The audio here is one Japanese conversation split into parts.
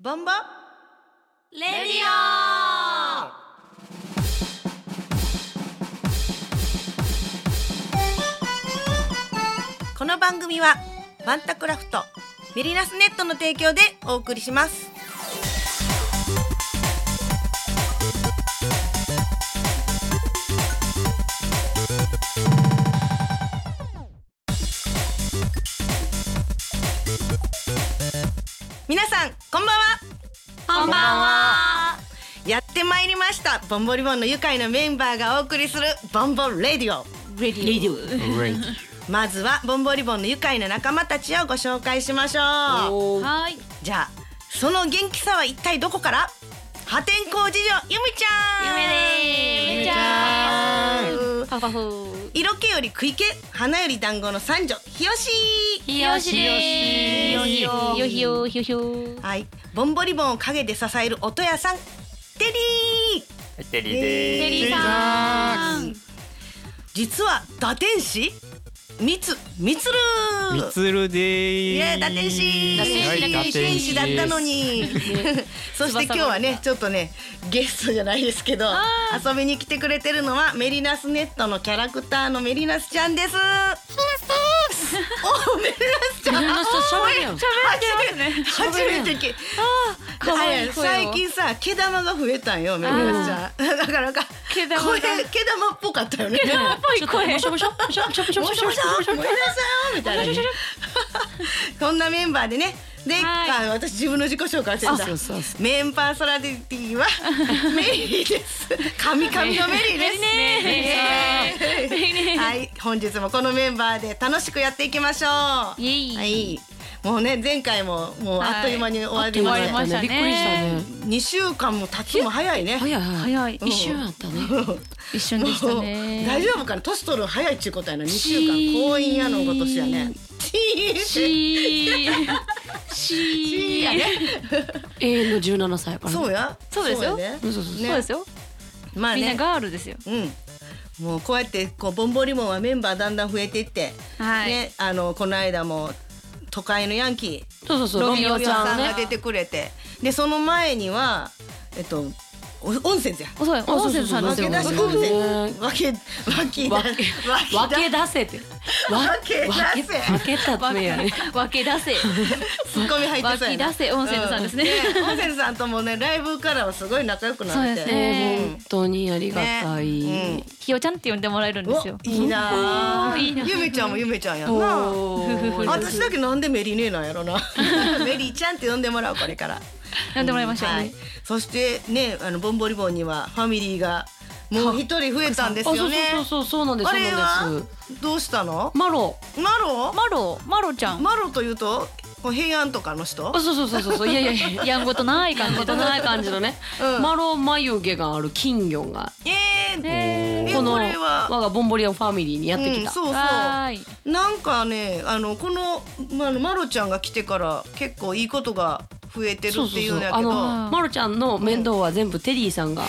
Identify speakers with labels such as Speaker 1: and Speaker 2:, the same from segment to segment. Speaker 1: ボンボ
Speaker 2: レディ
Speaker 1: この番組はバンタクラフトメリナスネットの提供でお送りします皆さんこんばんは
Speaker 2: オこんばんは
Speaker 1: やってまいりましたボンボリボンの愉快なメンバーがお送りするボンボレディオ
Speaker 2: レディオレデ
Speaker 3: Great.
Speaker 1: まずはボンボリボンの愉快な仲間たちをご紹介しましょう
Speaker 2: ィオはい
Speaker 1: じゃあその元気さは一体どこから破天荒事情ゆみちゃん
Speaker 2: ゆみですゆみち
Speaker 1: ゃん
Speaker 2: パパフ
Speaker 1: 色気より食い気花より団子の三女ひよし
Speaker 2: ひよしです
Speaker 1: ひよし
Speaker 2: ひよひよひよひよ
Speaker 1: はいボンボリボンを陰で支える音屋さんテリー
Speaker 3: はい、テリー
Speaker 1: テ
Speaker 3: で
Speaker 2: テ
Speaker 3: ーす。
Speaker 2: リーさん
Speaker 1: 実は打天使みつみつる
Speaker 3: みつるで
Speaker 1: い
Speaker 3: ー
Speaker 1: や打天使
Speaker 2: 打天使
Speaker 3: はい
Speaker 2: 打
Speaker 1: 打天使だったの。に そして今日はねちょっとねゲストじゃないですけど遊びに来てくれてるのはメリナスネットのキャラクターのメリナスちゃんですメリナスおメリナスちゃん
Speaker 2: メリナスちゃん喋るやん
Speaker 1: あおい初めて初めてき
Speaker 2: 可
Speaker 1: あ
Speaker 2: 愛い
Speaker 1: れ
Speaker 2: 声を
Speaker 1: 最近さ毛玉が増えたんよメリナスちゃんだからなんか
Speaker 2: 毛玉が
Speaker 1: 声毛玉っぽかったよね
Speaker 2: っぽい声。もしょもしょもしょもしょもしょ
Speaker 1: も
Speaker 2: も
Speaker 1: し
Speaker 2: し
Speaker 1: も
Speaker 2: ょ
Speaker 1: しごめんなさいみたいなね、こんなメンバーでねで、
Speaker 2: はい
Speaker 1: あ私自分の自己紹介してた
Speaker 2: あそうそう
Speaker 1: メインパーソナリティはメリーです神々のメリーです
Speaker 2: メリー
Speaker 1: ねはい本日もこのメンバーで楽しくやっていきましょうは
Speaker 2: イエイ
Speaker 1: いもうね前回ももうあっという間に終わりました、
Speaker 2: 終わりましたね
Speaker 4: びっくりしたね。
Speaker 1: 2週間も経つのも早いね
Speaker 4: 早い早い。
Speaker 2: 早い
Speaker 1: ん
Speaker 4: 一瞬あったね。
Speaker 2: 一瞬
Speaker 1: も
Speaker 2: でした
Speaker 1: う
Speaker 2: ね。
Speaker 1: 大丈夫かな年取るの早いっちゅうことやな2週間婚姻やの今年や ね
Speaker 2: しし
Speaker 1: やね
Speaker 4: 永遠の十七歳やからね。
Speaker 1: そうや
Speaker 2: そうですよ
Speaker 1: やね
Speaker 4: そうそうそう。
Speaker 1: ね
Speaker 2: そうですよ。
Speaker 1: まあ
Speaker 2: みんな
Speaker 1: ね
Speaker 2: ガールですよ。
Speaker 1: うんもうこうやってこうボンボリモンはメンバーだんだん増えていって、
Speaker 2: はい
Speaker 1: ねあのこの間も都会のヤンキ
Speaker 4: そうそうそ
Speaker 1: ー
Speaker 4: う。
Speaker 1: ロ
Speaker 4: ロ
Speaker 1: ミ
Speaker 4: ミ
Speaker 1: オ
Speaker 4: オ
Speaker 1: ち
Speaker 4: ち
Speaker 1: ゃん
Speaker 4: ゃ
Speaker 1: が
Speaker 4: んね。
Speaker 1: 出てくれてでその前にはえっとお温泉じゃん
Speaker 2: そうや。音声さん
Speaker 4: あ
Speaker 2: で
Speaker 1: 分け
Speaker 2: すよ。
Speaker 1: 出し温泉分け分け出
Speaker 4: わけ分け出せって。
Speaker 1: 分け出せ
Speaker 4: 分けたってやね。
Speaker 2: 分け出せ。
Speaker 1: ツッコミ入ってそうやな
Speaker 2: 湧き出せ温泉さんですね
Speaker 1: う温泉さんともねライブからはすごい仲良くなって
Speaker 2: そうですね
Speaker 4: えー本当にありがた
Speaker 1: ね
Speaker 4: い。
Speaker 2: ひよちゃんって呼んでもらえるん
Speaker 1: うん
Speaker 2: ですよ。
Speaker 1: おいいなあ
Speaker 2: いいな
Speaker 1: ゆめちゃんもゆめちゃんやんな
Speaker 4: おー
Speaker 1: 私だけなんでメリーねえなんやろな メリーちゃんって呼んでもらおうこれから
Speaker 2: 呼んでもらいましょう。
Speaker 1: はい、そしてねあのボンボリボンにはファミリーがもう一人増えたんです
Speaker 4: あ
Speaker 1: よ
Speaker 4: そう
Speaker 1: ね
Speaker 4: そうそうそうなんです
Speaker 1: あ
Speaker 4: そう
Speaker 1: れ
Speaker 4: なんで
Speaker 1: は
Speaker 4: す。
Speaker 1: どうしたの
Speaker 4: マロ。
Speaker 1: マロ
Speaker 2: マロマロちゃん。
Speaker 1: マロというとこう平安とかの人
Speaker 4: あそうそうそうそうそういやいやいや。
Speaker 2: やんごとない感
Speaker 4: なん
Speaker 2: じだ
Speaker 4: かない感じのね
Speaker 1: うん。
Speaker 4: マロ眉毛がある金魚が。
Speaker 1: えー、
Speaker 2: ね
Speaker 1: え
Speaker 4: この
Speaker 1: これは
Speaker 4: 我がボンボリアンファミリーにやってき
Speaker 1: うん
Speaker 4: た。
Speaker 1: そうそう
Speaker 2: はーい。
Speaker 1: なんかねあのこの、まあ、のマロちゃんが来てから結構いいことが増えてる
Speaker 4: そう
Speaker 1: って
Speaker 4: そう
Speaker 1: い
Speaker 4: そううん
Speaker 1: や
Speaker 4: あ
Speaker 1: けどそう
Speaker 4: のまるちゃんの面倒は全部テリーさんが、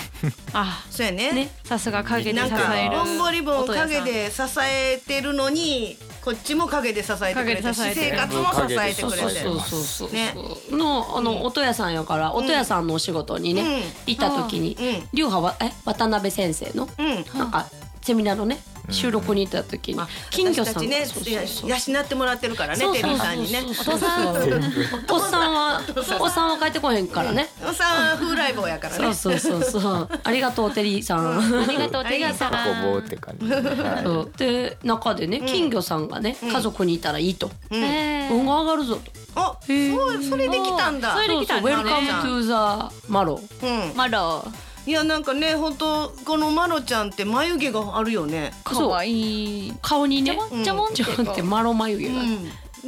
Speaker 2: あ、
Speaker 1: やね
Speaker 4: ね
Speaker 2: さすが影で
Speaker 1: な
Speaker 2: 支
Speaker 1: んか
Speaker 2: える。
Speaker 1: ボンボリボンを
Speaker 2: 音屋さん
Speaker 1: 陰。で支えてるのにこっちも陰で支えてくれて
Speaker 2: 陰で
Speaker 1: 私
Speaker 2: 支えて
Speaker 1: 生活も支えて
Speaker 4: そう
Speaker 1: くれ
Speaker 4: そう
Speaker 1: て
Speaker 4: そうそうそう、
Speaker 1: ね
Speaker 4: のあの、音屋さんやから音屋さんのお仕事にね、
Speaker 1: うん
Speaker 4: 行った時に、
Speaker 1: うん
Speaker 4: 流派はえ渡辺先生の、
Speaker 1: うん
Speaker 4: なんかセミナーのね収録に行った時に、
Speaker 1: あ
Speaker 4: 金魚
Speaker 1: 私
Speaker 4: さ
Speaker 1: た
Speaker 4: ん
Speaker 1: ち
Speaker 4: が
Speaker 1: ね
Speaker 4: そうそうそう
Speaker 1: 養ってもらってるからね
Speaker 4: そう
Speaker 1: テ
Speaker 4: そ
Speaker 1: リー
Speaker 4: うそう
Speaker 1: さんにね
Speaker 4: そうそうそうおっさんはおっさんは帰ってこへんからね、
Speaker 1: おさんは風来坊やからね
Speaker 4: そうそうそうそうありがとうテリーさん
Speaker 2: ありがとう、手がさ
Speaker 3: 運ぼうっ
Speaker 2: ん。
Speaker 3: て感じでね。
Speaker 4: そ
Speaker 3: は
Speaker 4: うで中でね金魚さんがね、家族にいたらいいと、
Speaker 2: ね
Speaker 4: 運が上がるぞと
Speaker 1: あそうそれできたんだ
Speaker 2: それできたん
Speaker 4: ウ
Speaker 2: だ
Speaker 4: ェルカム
Speaker 2: ね
Speaker 4: トゥザマロ
Speaker 1: うん
Speaker 2: マロ。
Speaker 1: いやなんかね本当このマロちゃんって眉毛があるよね
Speaker 2: かわいい。
Speaker 4: 顔に
Speaker 2: じゃ
Speaker 4: ね
Speaker 2: もんじゃもんって
Speaker 4: ちょっとってマロ眉毛が、
Speaker 1: うん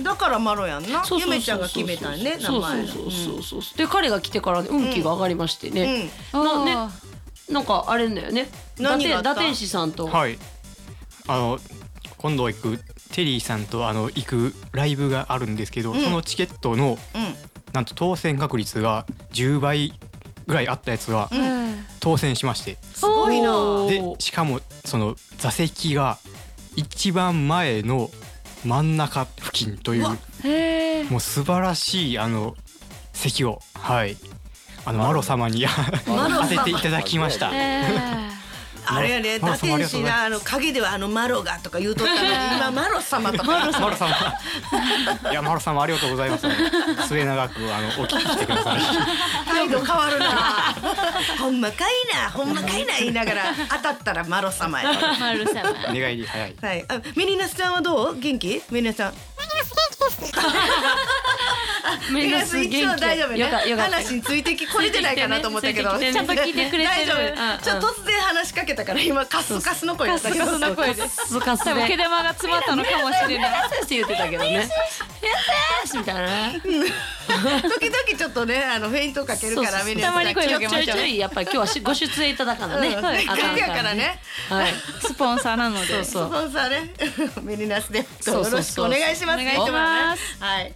Speaker 1: だからマロやんな
Speaker 4: そう
Speaker 1: ゆ
Speaker 4: そうそうそう
Speaker 1: めちゃんが決めたんね名
Speaker 4: そうそ
Speaker 1: 前
Speaker 4: うそうそうそうそうで彼が来てからね運気が上がりましてね、
Speaker 2: うん
Speaker 4: な
Speaker 2: あ
Speaker 4: ねなんかあれだよね
Speaker 1: 何があった
Speaker 4: 打天使さんと、
Speaker 3: いはい。あの今度行くテリーさんとあの行くライブがあるんですけど、
Speaker 1: ん
Speaker 3: そのチケットの
Speaker 1: う
Speaker 3: なんと当選確率が10倍ぐらいあったやつが
Speaker 1: んうん
Speaker 2: うん
Speaker 3: 当選しまして、
Speaker 1: すごいな
Speaker 4: お
Speaker 3: で
Speaker 4: ー
Speaker 3: しかもその座席が一番前の真ん中付近という
Speaker 1: うわ
Speaker 2: へえ。
Speaker 3: もう素晴らしいあの席をはいあのマロ様に
Speaker 1: マロ様
Speaker 3: 当てていただきました
Speaker 2: え
Speaker 1: あれやね、
Speaker 3: マロ
Speaker 1: 打
Speaker 3: 様
Speaker 1: 天使なあの影ではあのマロがとか言うとったのに、 今マロ様とか。
Speaker 3: マロ様いやマロ様ありがとうございます末永くあのお聞きしてください
Speaker 1: 態度変わるな。ほんまかいな、ほんまかいな言いながら、当たったらマロ様や。
Speaker 2: ー、マル様。
Speaker 3: 寝返り早い
Speaker 1: はい、あ、メリナスちゃんはどう、元気、メリナスちゃん。メリナス一応大丈夫ね。
Speaker 2: よかよかった。
Speaker 1: 話についてき、これてないかなと思ったけど。
Speaker 2: ついてきてねついてきてねちゃんと聞いてくれて
Speaker 1: 大
Speaker 2: る
Speaker 1: 丈
Speaker 2: うんうん
Speaker 1: 夫。ちょっと突然話しかけたから、今カスカスの声だったけど。
Speaker 2: そんな声で。
Speaker 4: スカス
Speaker 2: 多分毛
Speaker 4: で。
Speaker 2: 玉が詰まったのかもしれない。
Speaker 4: って言ってたけどね。やったーみたいなね。
Speaker 1: 時々ちょっとね、あのフェイントかけるから、メリナ
Speaker 4: た
Speaker 1: ス
Speaker 4: ま
Speaker 1: ちゃ
Speaker 4: に
Speaker 1: ん
Speaker 4: 声
Speaker 1: 気
Speaker 4: か
Speaker 1: を
Speaker 4: け
Speaker 1: つ
Speaker 4: ま
Speaker 1: け
Speaker 4: し
Speaker 1: ち
Speaker 4: ょ
Speaker 1: ゃ
Speaker 4: う。
Speaker 1: う。
Speaker 4: やっぱり今日はしご出演いただかんのね。
Speaker 1: うん
Speaker 4: はい
Speaker 1: せっかくやから。ね。
Speaker 4: あかんからねはい。
Speaker 2: スポンサーなので。
Speaker 4: そう
Speaker 1: スポンサーね、メリナスでよ
Speaker 4: そうそうそう
Speaker 1: ろしくお願いします。
Speaker 2: お願いします
Speaker 1: いつもねはい。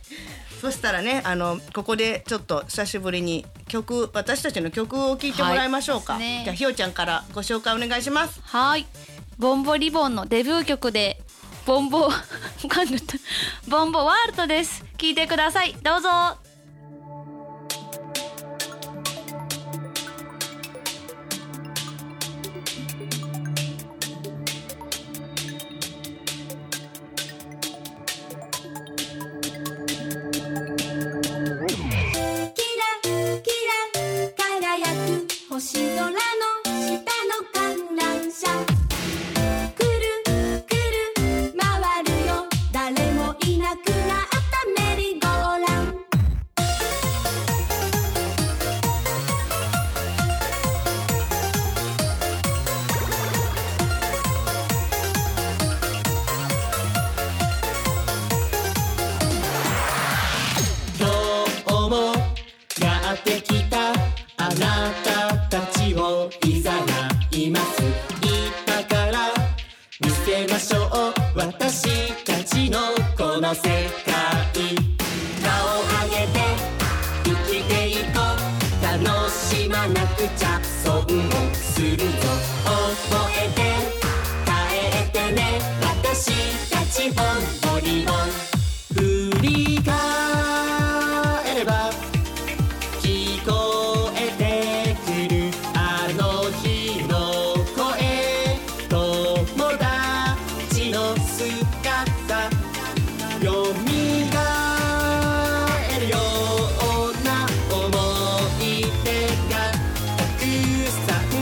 Speaker 1: そしたらね、あのここでちょっと久しぶりに曲、私たちの曲を聞いてもらいましょうか。
Speaker 2: はいですね
Speaker 1: じゃあひよちゃんからご紹介お願いします。
Speaker 2: はい。ボンボリボンのデビュー曲で、ボンボ、噛んじゃったボンボワールドです。聞いてください。どうぞ。
Speaker 5: キラキラ輝く星空の下の観覧車くるくる回るよ誰もいなくなったメリーゴーラン
Speaker 6: 今日もやってきたあなたたちをいざないますいたから見せましょう私たちのこの世界顔を上げて生きていこう楽しまなくちゃ損をするぞ覚えて耐えてね私たちボンボリボン振り返れば聞こえてくるあの日の声友達の姿よみがえるような思い出がたくさん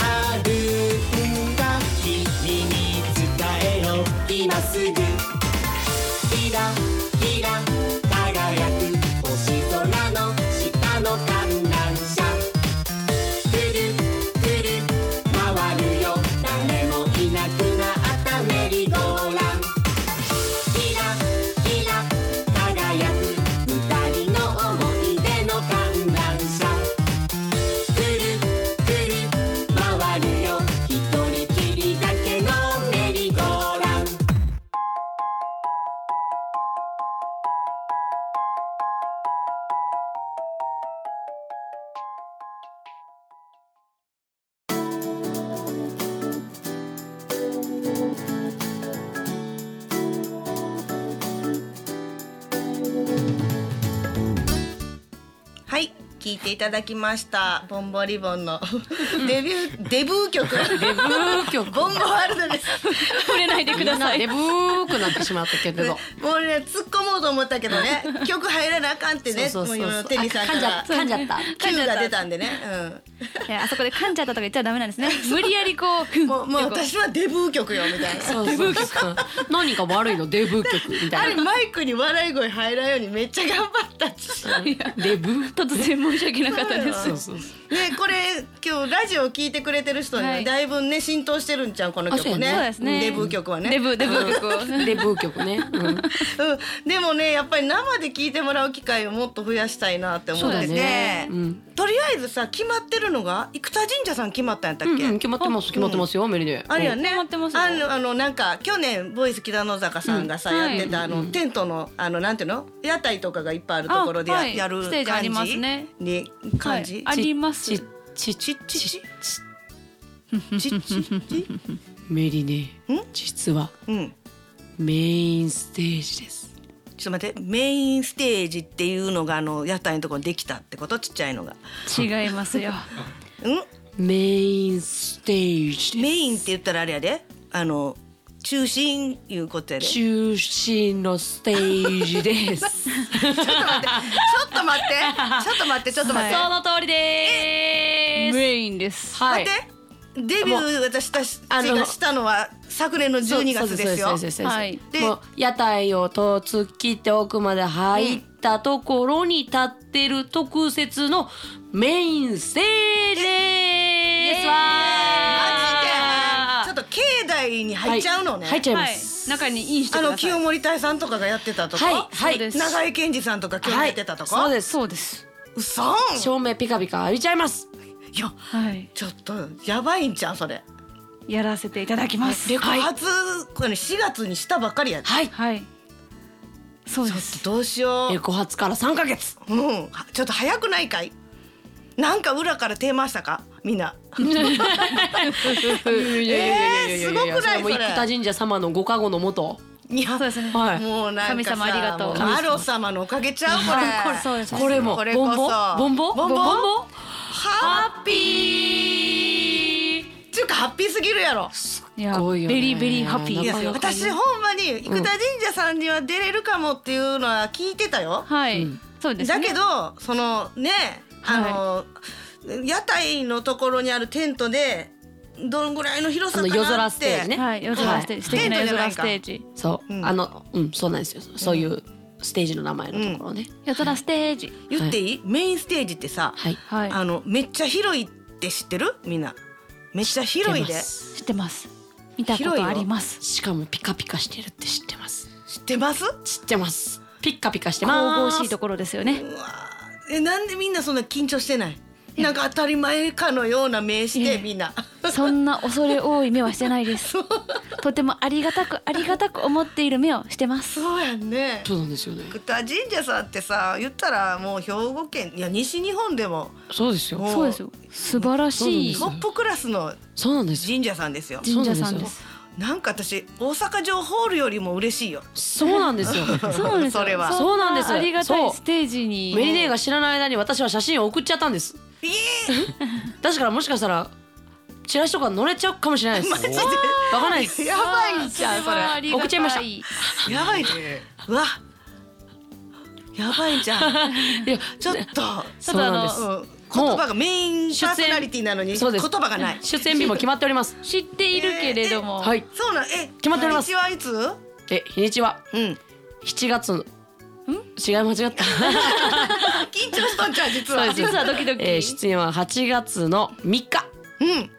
Speaker 6: あるんだ君に伝えよう今すぐキラキラ輝く星空の下の観覧車くるくる回るよ誰もいなくなったメリーゴーランキラキラ輝く二人の思い出の観覧車くるくる回るよ一人きりだけのメリーゴーラン
Speaker 1: はい。聞いていただきました。ボンボリボンのデビューデブー曲。デブー曲。ボンボワールドです。
Speaker 2: 触れないでください。
Speaker 4: デブーくなってしまったけれど。
Speaker 1: もうね突っ込もうと思ったけど ね、曲入らなあかんってね、
Speaker 4: そうそうそうそう
Speaker 1: もう今のテリーさんか
Speaker 4: あ
Speaker 1: ら
Speaker 4: 噛んじゃった噛んじゃっ
Speaker 1: Q が出たんでね。うん。
Speaker 2: いやあそこで噛んじゃったとか言っちゃダメなんですね。無理やりこう。
Speaker 1: もうもう私はデブー曲よみた いな。
Speaker 4: そうそうデブー曲。何が悪いのデブー曲み
Speaker 1: あ
Speaker 4: たい
Speaker 1: れ
Speaker 4: な。
Speaker 1: マイクに笑い声入らんようにめっちゃ頑張った し。
Speaker 4: デブー。
Speaker 2: 突然申し訳なかったで
Speaker 4: そう
Speaker 2: す。
Speaker 4: そうそう。
Speaker 1: ねこれ今日ラジオ聞いてくれてる人に
Speaker 2: は
Speaker 1: はいだいぶね浸透してるんちゃうこの
Speaker 4: あそう
Speaker 1: 曲
Speaker 4: や
Speaker 1: ね
Speaker 4: ね
Speaker 2: そうですね
Speaker 1: デブー曲はね。
Speaker 2: デブデブ曲を。
Speaker 4: デブー曲ね。うん。
Speaker 1: うん、でもねやっぱり生で聞いてもらう機会をもっと増やしたいなって思ってて、
Speaker 4: そうだねうん
Speaker 1: とりあえずさ決まってるのが生田神社さん決まったんやったっ
Speaker 4: う
Speaker 1: け、
Speaker 4: んうん決まってます決まってますよメリで。
Speaker 1: あれやね。
Speaker 2: 決まってますよ
Speaker 1: あのあのなんか去年ボイス北野坂さんがさ、
Speaker 2: うん
Speaker 1: やってたあの、テントのあのなんていうの屋台とかがいっぱいあるところでや,、
Speaker 2: あはい
Speaker 1: やる
Speaker 2: ステージありますね
Speaker 1: に感じ。
Speaker 2: はいあります。
Speaker 4: ちちち
Speaker 1: ちち
Speaker 4: ち
Speaker 1: ちちちち
Speaker 4: メリね
Speaker 1: ん。
Speaker 4: 実は
Speaker 1: うん。
Speaker 4: メインステージです。
Speaker 1: ちょっと待ってメインステージっていうのがあの屋台のところにできたってことちっちゃいのが
Speaker 2: 違いますよ
Speaker 1: うん
Speaker 4: メインステージ
Speaker 1: メインって言ったらあれやであの中心いうことやでちょ
Speaker 4: 中心のステー ジです。
Speaker 1: っと待ってちょっと待ってちょっと待ってちょっと待って、
Speaker 2: その通りです
Speaker 4: メインです。はい。
Speaker 1: 待ってデビュー私たち
Speaker 4: あの
Speaker 1: がしたのは昨年の12月ですよ
Speaker 4: そうそうそうそうそうそう
Speaker 2: はい
Speaker 1: で
Speaker 4: もう屋台をと突っ切って奥まで入ったところに立ってる特設のメインステージです。わ
Speaker 1: マ
Speaker 4: ー
Speaker 1: ジでちょっと境内に入っちゃうのね、
Speaker 4: はい入っちゃいま
Speaker 2: はい
Speaker 4: す。
Speaker 2: 中にインして
Speaker 1: あ
Speaker 2: く
Speaker 1: の
Speaker 2: ださ
Speaker 1: 清
Speaker 2: い
Speaker 1: 盛隊さんとかがやってたとこ、
Speaker 4: はいはい
Speaker 2: そうです
Speaker 1: 長井健二さんとか今日やってたとこ、
Speaker 4: はいそうですす
Speaker 2: そうです
Speaker 1: うそん
Speaker 4: 照明ピカピカ浴びちゃいます。
Speaker 1: いや
Speaker 2: はい
Speaker 1: ちょっとやばいんちゃうそれ
Speaker 2: やらせていただきます
Speaker 4: 了解。
Speaker 1: 初これね4月にしたばっかりやで
Speaker 4: はい。
Speaker 2: はいそう
Speaker 1: ちょ
Speaker 2: で
Speaker 1: っ
Speaker 2: す
Speaker 1: とどうしよ
Speaker 4: え
Speaker 1: う
Speaker 4: 5発から3ヶ月。
Speaker 1: うんはちょっと早くないかいなんか裏から手回したかみんなえーすごくない
Speaker 4: もう
Speaker 1: それ
Speaker 4: 生田神社様のご加護のもと。
Speaker 1: いや
Speaker 2: そうですね
Speaker 4: はい。
Speaker 1: もうなんかさ
Speaker 2: 神様ありがとう
Speaker 1: もアロ様のおかげちゃうこ
Speaker 2: あこれ
Speaker 1: れ
Speaker 2: そうです
Speaker 4: これも
Speaker 1: これこ
Speaker 4: ボンボ
Speaker 1: そ
Speaker 4: ボンボ
Speaker 1: ボンボ
Speaker 4: ボ
Speaker 1: ハッピーっていうかハッピーすぎるやろ
Speaker 2: いや
Speaker 4: すごいよね
Speaker 2: ベリーベリーハッピー
Speaker 1: いや
Speaker 4: なかなかね
Speaker 1: 私ほんまに生田神社さんには出れるかもっていうのは聞いてたよ、
Speaker 2: はい、
Speaker 4: うん
Speaker 2: そうです
Speaker 1: だ
Speaker 2: ね
Speaker 1: けどそのねあの、屋台のところにあるテントでどんぐらいの広さかなって
Speaker 4: あの夜空ステージね
Speaker 2: はい夜空ステージ、素敵な
Speaker 1: テント
Speaker 2: 夜
Speaker 1: じゃない
Speaker 2: 空
Speaker 1: か
Speaker 2: ステージ
Speaker 4: そう、
Speaker 1: うん
Speaker 4: あのうんそうなんですよそういうステージの名前のところね、
Speaker 2: 夜空ステージ
Speaker 1: 言っていい、メインステージってさ、
Speaker 4: はい
Speaker 2: はい
Speaker 1: あのめっちゃ広いって知ってるみんなめっちゃ広いで
Speaker 4: 知ってます
Speaker 2: 知ってます見たことあります
Speaker 4: しかもピカピカしてるって知ってます
Speaker 1: 知ってます
Speaker 4: 知ってますピッカピカして
Speaker 2: 神
Speaker 4: ま
Speaker 2: 々
Speaker 4: す
Speaker 2: しいところですよね
Speaker 1: うわーえなんでみんなそんな緊張してないなんか当たり前かのような名し
Speaker 2: い
Speaker 1: て
Speaker 2: や
Speaker 1: みんな
Speaker 2: そんな恐れ多い目はしてないですとてもありがたくありがたく思っている目をしてます
Speaker 1: そうやんね
Speaker 4: そうなんですよね
Speaker 1: 久田神社さんってさ言ったらもう兵庫県いや西日本でも
Speaker 4: そうですよ
Speaker 1: も
Speaker 2: そうですよ素晴らしい
Speaker 1: トップクラスの
Speaker 4: そうなんですよ
Speaker 1: 神社さんですよ
Speaker 2: 神社さんです
Speaker 1: なんか私大阪城ホールよりも嬉しいよ
Speaker 4: そうなんです よ
Speaker 2: そうなんですよ
Speaker 1: それは
Speaker 4: そうなんです
Speaker 2: ありがた
Speaker 4: そ
Speaker 2: いうステージに
Speaker 4: メリネーが知らない間に私は写真を送っちゃったんです
Speaker 1: え
Speaker 4: 確からもしかしたらチラシとか乗れちゃうかもしれないです
Speaker 1: マジで
Speaker 4: わかんないです
Speaker 1: えやばいんちゃうそれ
Speaker 2: あーれはありがた
Speaker 4: 送っちゃいました
Speaker 1: やばいねうわやばいんちゃう
Speaker 4: いや
Speaker 1: ちょっと、
Speaker 4: そうなんです
Speaker 1: うん言葉がメインパーソナリティなのに
Speaker 4: そ
Speaker 1: 言
Speaker 4: うです
Speaker 1: 葉がない
Speaker 4: 出演日も決まっております
Speaker 2: 知っているけれども、
Speaker 4: はい
Speaker 1: そうなんえ
Speaker 4: 決まっております
Speaker 1: 日はいつう
Speaker 4: え日にちは
Speaker 1: ん
Speaker 4: 7月の違い間 違った
Speaker 1: 緊張しとんちゃう実は
Speaker 4: そうです
Speaker 2: 実はドキドキ、
Speaker 4: えー、出演は8月の3日
Speaker 1: うん
Speaker 2: 3日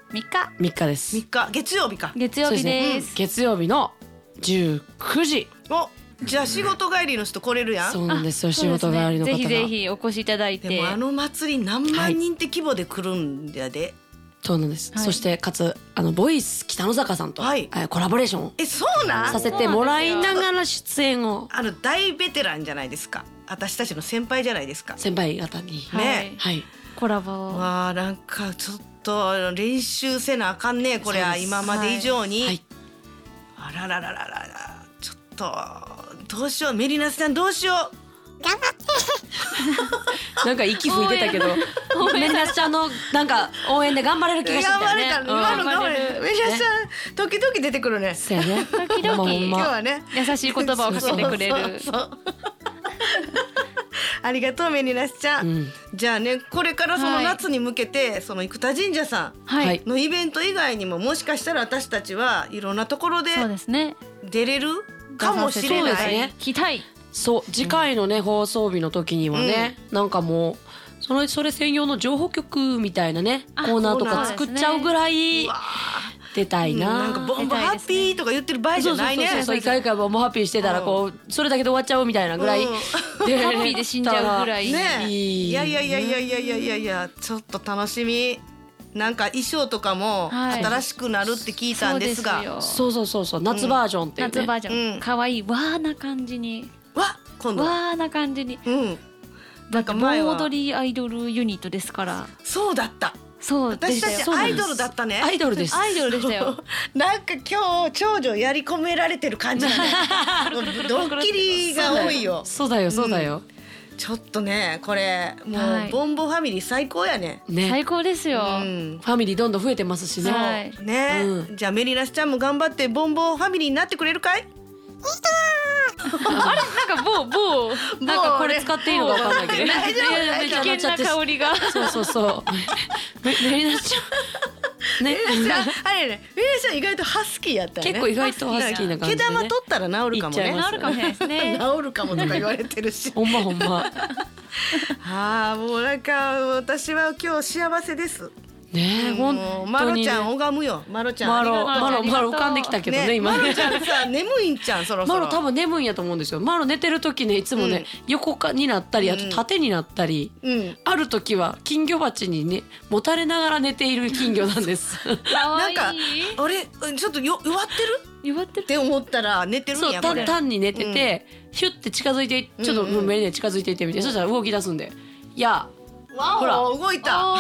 Speaker 4: 3日です
Speaker 1: 三日月曜日か
Speaker 2: 月曜日で
Speaker 4: そう
Speaker 2: す
Speaker 4: ね月曜日の19時
Speaker 1: おじゃあ仕事帰りの人来れるやん
Speaker 4: そうなんですよ仕
Speaker 2: そう
Speaker 4: 事
Speaker 2: です
Speaker 4: 帰
Speaker 2: ね
Speaker 4: りの
Speaker 2: ぜ
Speaker 4: 方が
Speaker 2: ひぜひお越しいただい
Speaker 1: で
Speaker 2: て
Speaker 1: もあの祭り何万人って規模で来るんやで、
Speaker 4: そうなんです、
Speaker 2: はい
Speaker 4: そしてかつあのボイス北野坂さんと、
Speaker 1: は
Speaker 4: はいコラボレーションを
Speaker 1: えそうなん
Speaker 4: させてもらいながら出演を
Speaker 1: あの大ベテランじゃないですか私たちの先輩じゃないですか
Speaker 4: 先輩方に
Speaker 1: ね
Speaker 4: はい
Speaker 2: コラボを
Speaker 1: わあなんかちょっとあの練習せなあかんねこれ
Speaker 4: そう
Speaker 1: は
Speaker 4: です
Speaker 1: 今まで以上に、
Speaker 4: はい
Speaker 1: あららららららちょっとどうしようメリナスちゃんどうしよう
Speaker 4: なんか息吹いてたけどメンナスちゃんのなんか応援で頑張れる気がして
Speaker 1: 頑
Speaker 4: きた
Speaker 1: 張
Speaker 4: よ
Speaker 1: れ
Speaker 4: ね
Speaker 1: たの今の頑張れメリナスちゃん時々出てくるね
Speaker 4: そうやね
Speaker 2: 時々
Speaker 4: ほんまほん
Speaker 1: 今日は
Speaker 4: ま
Speaker 1: ね
Speaker 2: 優しい言葉をかけてくれる
Speaker 1: そうそうそうありがとうメリナスちゃん、
Speaker 4: うん
Speaker 1: じゃあねこれからその
Speaker 2: はい
Speaker 1: 夏に向けて、その生田神社さ
Speaker 2: はい、
Speaker 4: はい
Speaker 1: んのイベント以外にももしかしたら私たちはいろんなところで
Speaker 2: そうですね
Speaker 1: 出れるかもしれ
Speaker 4: 出させ
Speaker 1: な
Speaker 4: て
Speaker 1: い、
Speaker 4: い
Speaker 2: 行きたい
Speaker 4: そう次回のね、放送日の時にはね、なんかもうそのそれ専用の情報局みたいなね
Speaker 2: あ
Speaker 4: コーナーと
Speaker 1: コーナ
Speaker 4: か
Speaker 1: ー
Speaker 4: 作っちゃうぐらい出たいな。
Speaker 1: なんかボンボンハッピーとか言ってる場合じ
Speaker 4: そ
Speaker 1: ゃ
Speaker 4: うそう
Speaker 1: ない
Speaker 4: そう
Speaker 1: ね
Speaker 4: そうそう一回一回もうハッピーしてたら
Speaker 1: うん
Speaker 4: こうそれだけで終わっちゃうみたいなぐらい、
Speaker 1: うん
Speaker 4: で
Speaker 2: ハッピーで死んじゃうぐらい
Speaker 1: ねえ
Speaker 4: いい
Speaker 1: いやいやいやいやいやいやいやいやちょっと楽しみなんか衣装とかも
Speaker 2: はい
Speaker 1: 新しくなるって聞いたんですが、
Speaker 2: そうですよ
Speaker 4: そうそうそうそう夏バージョンっていう、ね
Speaker 2: 夏バージョ
Speaker 1: うん
Speaker 2: ン可愛、いわーな感じに
Speaker 1: わ今度は
Speaker 2: わーな感じに
Speaker 1: うん
Speaker 2: なんか
Speaker 1: 前は
Speaker 2: 盆踊りアイドルユニットですから
Speaker 1: そうだった
Speaker 2: そうで
Speaker 1: 私
Speaker 2: した
Speaker 1: た
Speaker 2: よ
Speaker 1: ちアイドルだったね
Speaker 4: アイドルです
Speaker 2: アイドルでしたよ
Speaker 1: なんか今日長女やり込められてる感じ だねドッキリが多いよ
Speaker 4: そうだよそうだよ、
Speaker 1: ちょっとねこれもう、
Speaker 2: はい
Speaker 1: ボンボファミリー最高やね
Speaker 4: ね
Speaker 2: 最高ですよ、
Speaker 1: うん
Speaker 4: ファミリーどんどん増えてますしね、
Speaker 2: はい
Speaker 1: ね、
Speaker 4: う
Speaker 1: じゃあメリナスちゃんも頑張ってボンボファミリーになってくれるかい
Speaker 2: あれなんか某某
Speaker 4: なんかこれ使っていいのかわかんないけど
Speaker 1: 大丈夫
Speaker 4: いやいや
Speaker 2: 危険な香りが
Speaker 4: そうそうそうめめりなちゃんね
Speaker 1: じゃああれねメリナスちゃん意外とハスキーやったよね
Speaker 4: 結構意外とハスキーな感じ
Speaker 1: 毛
Speaker 4: で、ね、
Speaker 1: 玉取ったら治るかも
Speaker 4: いっちゃい
Speaker 1: ね
Speaker 4: ま
Speaker 2: 治るかもしれないで すね
Speaker 1: 治るかもとか言われてる し
Speaker 4: ほんまほんま
Speaker 1: ああもうなんか私は今日幸せです
Speaker 4: ねえ本
Speaker 1: もうマ
Speaker 4: 当
Speaker 1: ロ
Speaker 4: に、ね、
Speaker 1: ちゃん拝むよマロちゃん
Speaker 4: マロ
Speaker 2: ありが
Speaker 4: マ
Speaker 2: と
Speaker 4: ロ
Speaker 2: う
Speaker 4: マロ浮かんできたけどね今
Speaker 1: マロ
Speaker 4: ね
Speaker 1: ちゃんさ眠いんちゃんそろそ
Speaker 4: マ
Speaker 1: ろ
Speaker 4: ロ多分眠いんやと思うんですよマロ寝てる時ねいつもね、横かになったりあと縦になったり、
Speaker 1: うん
Speaker 4: ある時は金魚鉢にねもたれながら寝ている金魚なんです
Speaker 2: 可
Speaker 1: な
Speaker 2: 愛
Speaker 1: ん
Speaker 2: い
Speaker 1: かあれちょっとよ弱ってる
Speaker 2: 弱ってる
Speaker 1: って思ったら寝てるん
Speaker 4: そう
Speaker 1: やこ
Speaker 4: 単
Speaker 1: れ
Speaker 4: 単に寝てて、ヒュッて近づいてちょっと
Speaker 1: うんうん
Speaker 4: 目に近づいていってみて、そしたら動き出すんで「やほら
Speaker 1: わお動い た
Speaker 2: お
Speaker 1: い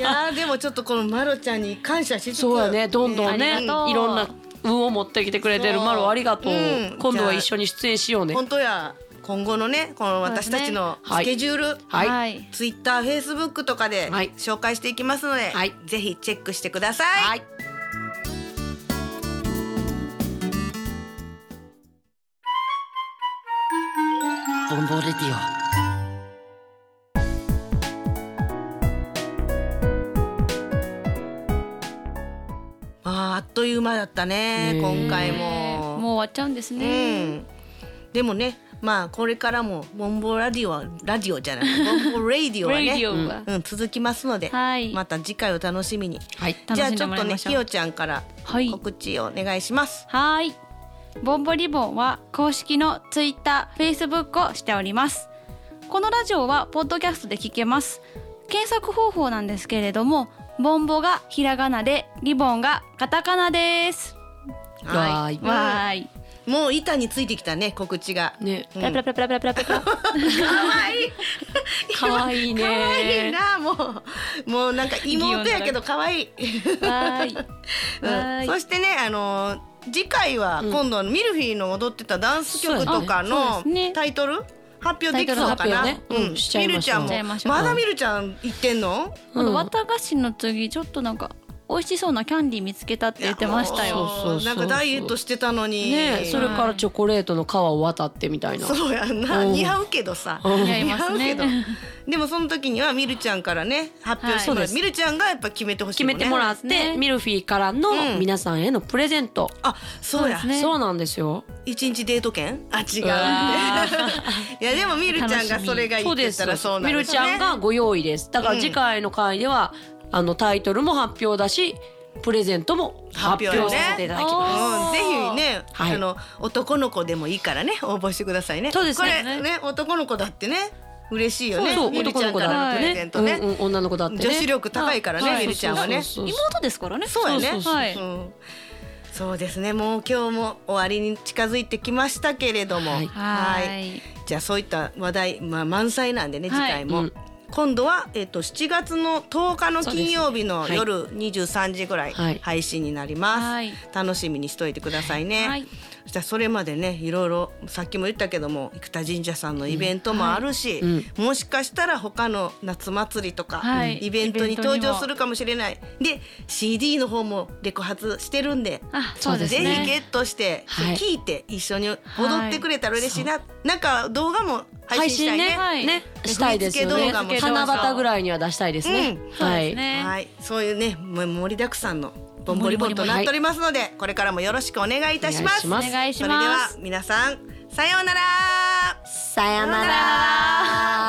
Speaker 1: やーでもちょっとこのマロちゃんに感謝しつつ
Speaker 4: そうやねどんどん
Speaker 2: あ
Speaker 4: ね
Speaker 2: りがとう
Speaker 4: いろんな運を持ってきてくれてる
Speaker 1: そう
Speaker 4: マロありがとう、
Speaker 1: うん
Speaker 4: 今度は一緒に出演しようね
Speaker 1: 本当や今後のねこの私たちの
Speaker 4: そうですねは
Speaker 1: ス
Speaker 4: い
Speaker 1: ケジュール、
Speaker 2: ー
Speaker 4: はい、
Speaker 2: はい
Speaker 1: ツイッター、フェイスブックとかで
Speaker 4: はい
Speaker 1: 紹介していきますので、
Speaker 4: はい
Speaker 1: ぜひチェックしてください。
Speaker 4: はいボンボレディオ
Speaker 1: まああっという間だったね、
Speaker 4: ねえ
Speaker 1: 今回
Speaker 2: ね
Speaker 1: も。
Speaker 2: もう終わっちゃうんです
Speaker 1: う
Speaker 2: ね、
Speaker 1: ん。でもね、まあこれからもボンボラディオはラジオじゃない、ボンボレイディオは
Speaker 2: レイディ
Speaker 1: ね、
Speaker 2: オは、
Speaker 1: うん続きますので、
Speaker 2: はい
Speaker 1: また次回を楽しみに。
Speaker 4: はい
Speaker 1: じゃあ
Speaker 2: 楽しん
Speaker 1: ち
Speaker 2: で
Speaker 1: ょ
Speaker 2: も
Speaker 1: っ
Speaker 2: ら
Speaker 1: と
Speaker 2: い
Speaker 1: ね
Speaker 2: ましょう
Speaker 1: ひよちゃんから
Speaker 2: はい
Speaker 1: 告知をお願いします。
Speaker 2: はーい。ボンボリボンは公式のツイッター、フェイスブックをしております。このラジオはポッドキャストで聞けます。検索方法なんですけれども、ボンボがひらがなで、リボンがカタカナです。
Speaker 4: はーい
Speaker 2: わーい。
Speaker 1: もう板についてきたね告知が。
Speaker 4: ね
Speaker 2: ペラペラペラペラペラペラペラ。
Speaker 1: 可愛い。
Speaker 4: 可愛いね
Speaker 1: 可愛いなもうもうなんか妹やけど可愛い。
Speaker 2: わーい。
Speaker 1: う
Speaker 2: はー
Speaker 1: ん
Speaker 2: い
Speaker 1: そしてねあのー次回は今度あのミルフィーの踊ってたダンス曲とか
Speaker 2: そう
Speaker 1: の
Speaker 2: ですね
Speaker 1: タイトル発表できそうかな。
Speaker 4: タイトルの発表ねうんしちゃ
Speaker 1: ミ
Speaker 4: いま
Speaker 1: ルち
Speaker 4: しょ
Speaker 1: ゃ
Speaker 4: うん
Speaker 2: しちゃい
Speaker 1: も
Speaker 2: ましょう
Speaker 1: まだミルちゃん行ってんの？
Speaker 2: あ
Speaker 4: う
Speaker 2: の、
Speaker 4: ん
Speaker 2: 綿菓子の次、ちょっとなんか、美味しそうなキャンディー見つけたって言ってました
Speaker 1: そ
Speaker 2: よ。
Speaker 1: う
Speaker 4: そうそうそう
Speaker 1: なんかダイエットしてたのに。
Speaker 4: ねそれからチョコレートの皮を渡ってみたいな
Speaker 1: そうやんな
Speaker 4: うん
Speaker 1: 似合うけどさ。
Speaker 4: うん
Speaker 2: 似合いますね
Speaker 1: 似合うけどでもその時にはミルちゃんからね発表してもら
Speaker 4: は
Speaker 1: う
Speaker 4: い
Speaker 1: ミルちゃんがやっぱ決めてほしいも
Speaker 4: 決め
Speaker 1: んね
Speaker 4: てもらっ
Speaker 2: そうです
Speaker 4: て
Speaker 2: ね
Speaker 4: ミルフィーから
Speaker 1: う
Speaker 4: の
Speaker 1: ん
Speaker 4: 皆さんへのプレゼント
Speaker 1: あそうや
Speaker 2: そうですね
Speaker 4: そうなんですよ
Speaker 1: 一日デート券あ違う
Speaker 4: うわ
Speaker 1: いやでもみるちゃんがそれがいい
Speaker 4: そ
Speaker 1: っ
Speaker 4: う
Speaker 1: て
Speaker 4: で
Speaker 1: 言っ
Speaker 4: す
Speaker 1: たらそうな
Speaker 4: ミ
Speaker 1: んで
Speaker 4: ル
Speaker 1: す
Speaker 4: ち
Speaker 1: よ
Speaker 4: ゃん
Speaker 1: ね
Speaker 4: がご用意ですだか
Speaker 1: う
Speaker 4: ら
Speaker 1: ん
Speaker 4: 次回の回ではあのタイトルも発表だしプレゼントも発表させていただき
Speaker 2: 発
Speaker 4: ま
Speaker 2: 表
Speaker 4: す
Speaker 2: ね
Speaker 1: うん、ぜひね、
Speaker 4: はい
Speaker 1: あの男の子でもいいからね応募してくださいね
Speaker 4: そうですね
Speaker 1: これね男の子だってね嬉しいよ
Speaker 4: そう
Speaker 1: ね
Speaker 4: そう
Speaker 1: みる
Speaker 4: 男
Speaker 1: ちゃ
Speaker 4: の
Speaker 1: ん
Speaker 4: 子
Speaker 1: から
Speaker 4: だっ
Speaker 1: のプ
Speaker 4: て
Speaker 1: レゼ
Speaker 4: ね
Speaker 1: ントね
Speaker 4: うんうん女の子だってね
Speaker 1: 女子力高いからね、
Speaker 2: はい
Speaker 1: みるちゃんはね
Speaker 4: そうそうそう
Speaker 2: 妹ですからね。
Speaker 1: そうやね
Speaker 2: そうそうそうはい
Speaker 1: んそうですねもう今日も終わりに近づいてきましたけれども
Speaker 4: はい
Speaker 2: は
Speaker 1: は
Speaker 2: ーい。
Speaker 1: じゃあそういった話題、まあ、満載なんでね次
Speaker 2: はい
Speaker 1: 回も、
Speaker 4: うん
Speaker 1: 今度は、えっと7月の10日の金曜日の
Speaker 4: そうですね
Speaker 1: 夜23時ぐらい
Speaker 4: はい
Speaker 1: 配信になります、
Speaker 2: はい
Speaker 1: 楽しみにしといてくださいね、
Speaker 2: はい
Speaker 1: そしたらそれまでねいろいろさっきも言ったけども生田神社さんのイベントもあるし、
Speaker 4: うん
Speaker 1: もしかしたら他の夏祭りとか、
Speaker 2: はい
Speaker 1: イベントに
Speaker 2: イベント
Speaker 1: 登
Speaker 2: にも
Speaker 1: 場するかもしれないで CD の方もレコ発してるんで
Speaker 2: あ、
Speaker 4: そ
Speaker 2: そうう
Speaker 4: で
Speaker 2: ですす
Speaker 1: ぜ
Speaker 2: ね。
Speaker 1: ひゲットして、
Speaker 4: はい
Speaker 1: 聞いて一緒に踊ってくれたら嬉しいな、なんか動画も配
Speaker 4: 配
Speaker 1: 信したい
Speaker 4: 信
Speaker 1: ね
Speaker 4: ね
Speaker 2: はい
Speaker 4: ねしたいですよ
Speaker 1: 振り付け
Speaker 4: ね
Speaker 1: 動画も
Speaker 4: 七夕ぐらいには出したいですね
Speaker 1: うん
Speaker 2: そう
Speaker 4: は
Speaker 2: です
Speaker 4: い
Speaker 2: ね。
Speaker 1: はい、そういうねもう盛りだくさんのボンボリボンとなっておりますので、これからもよろしくお願いいたします
Speaker 4: お願いします
Speaker 2: お願いし
Speaker 1: それで
Speaker 2: ま
Speaker 1: は
Speaker 2: す。
Speaker 1: 皆さんさようなら
Speaker 4: さよ
Speaker 1: さようなら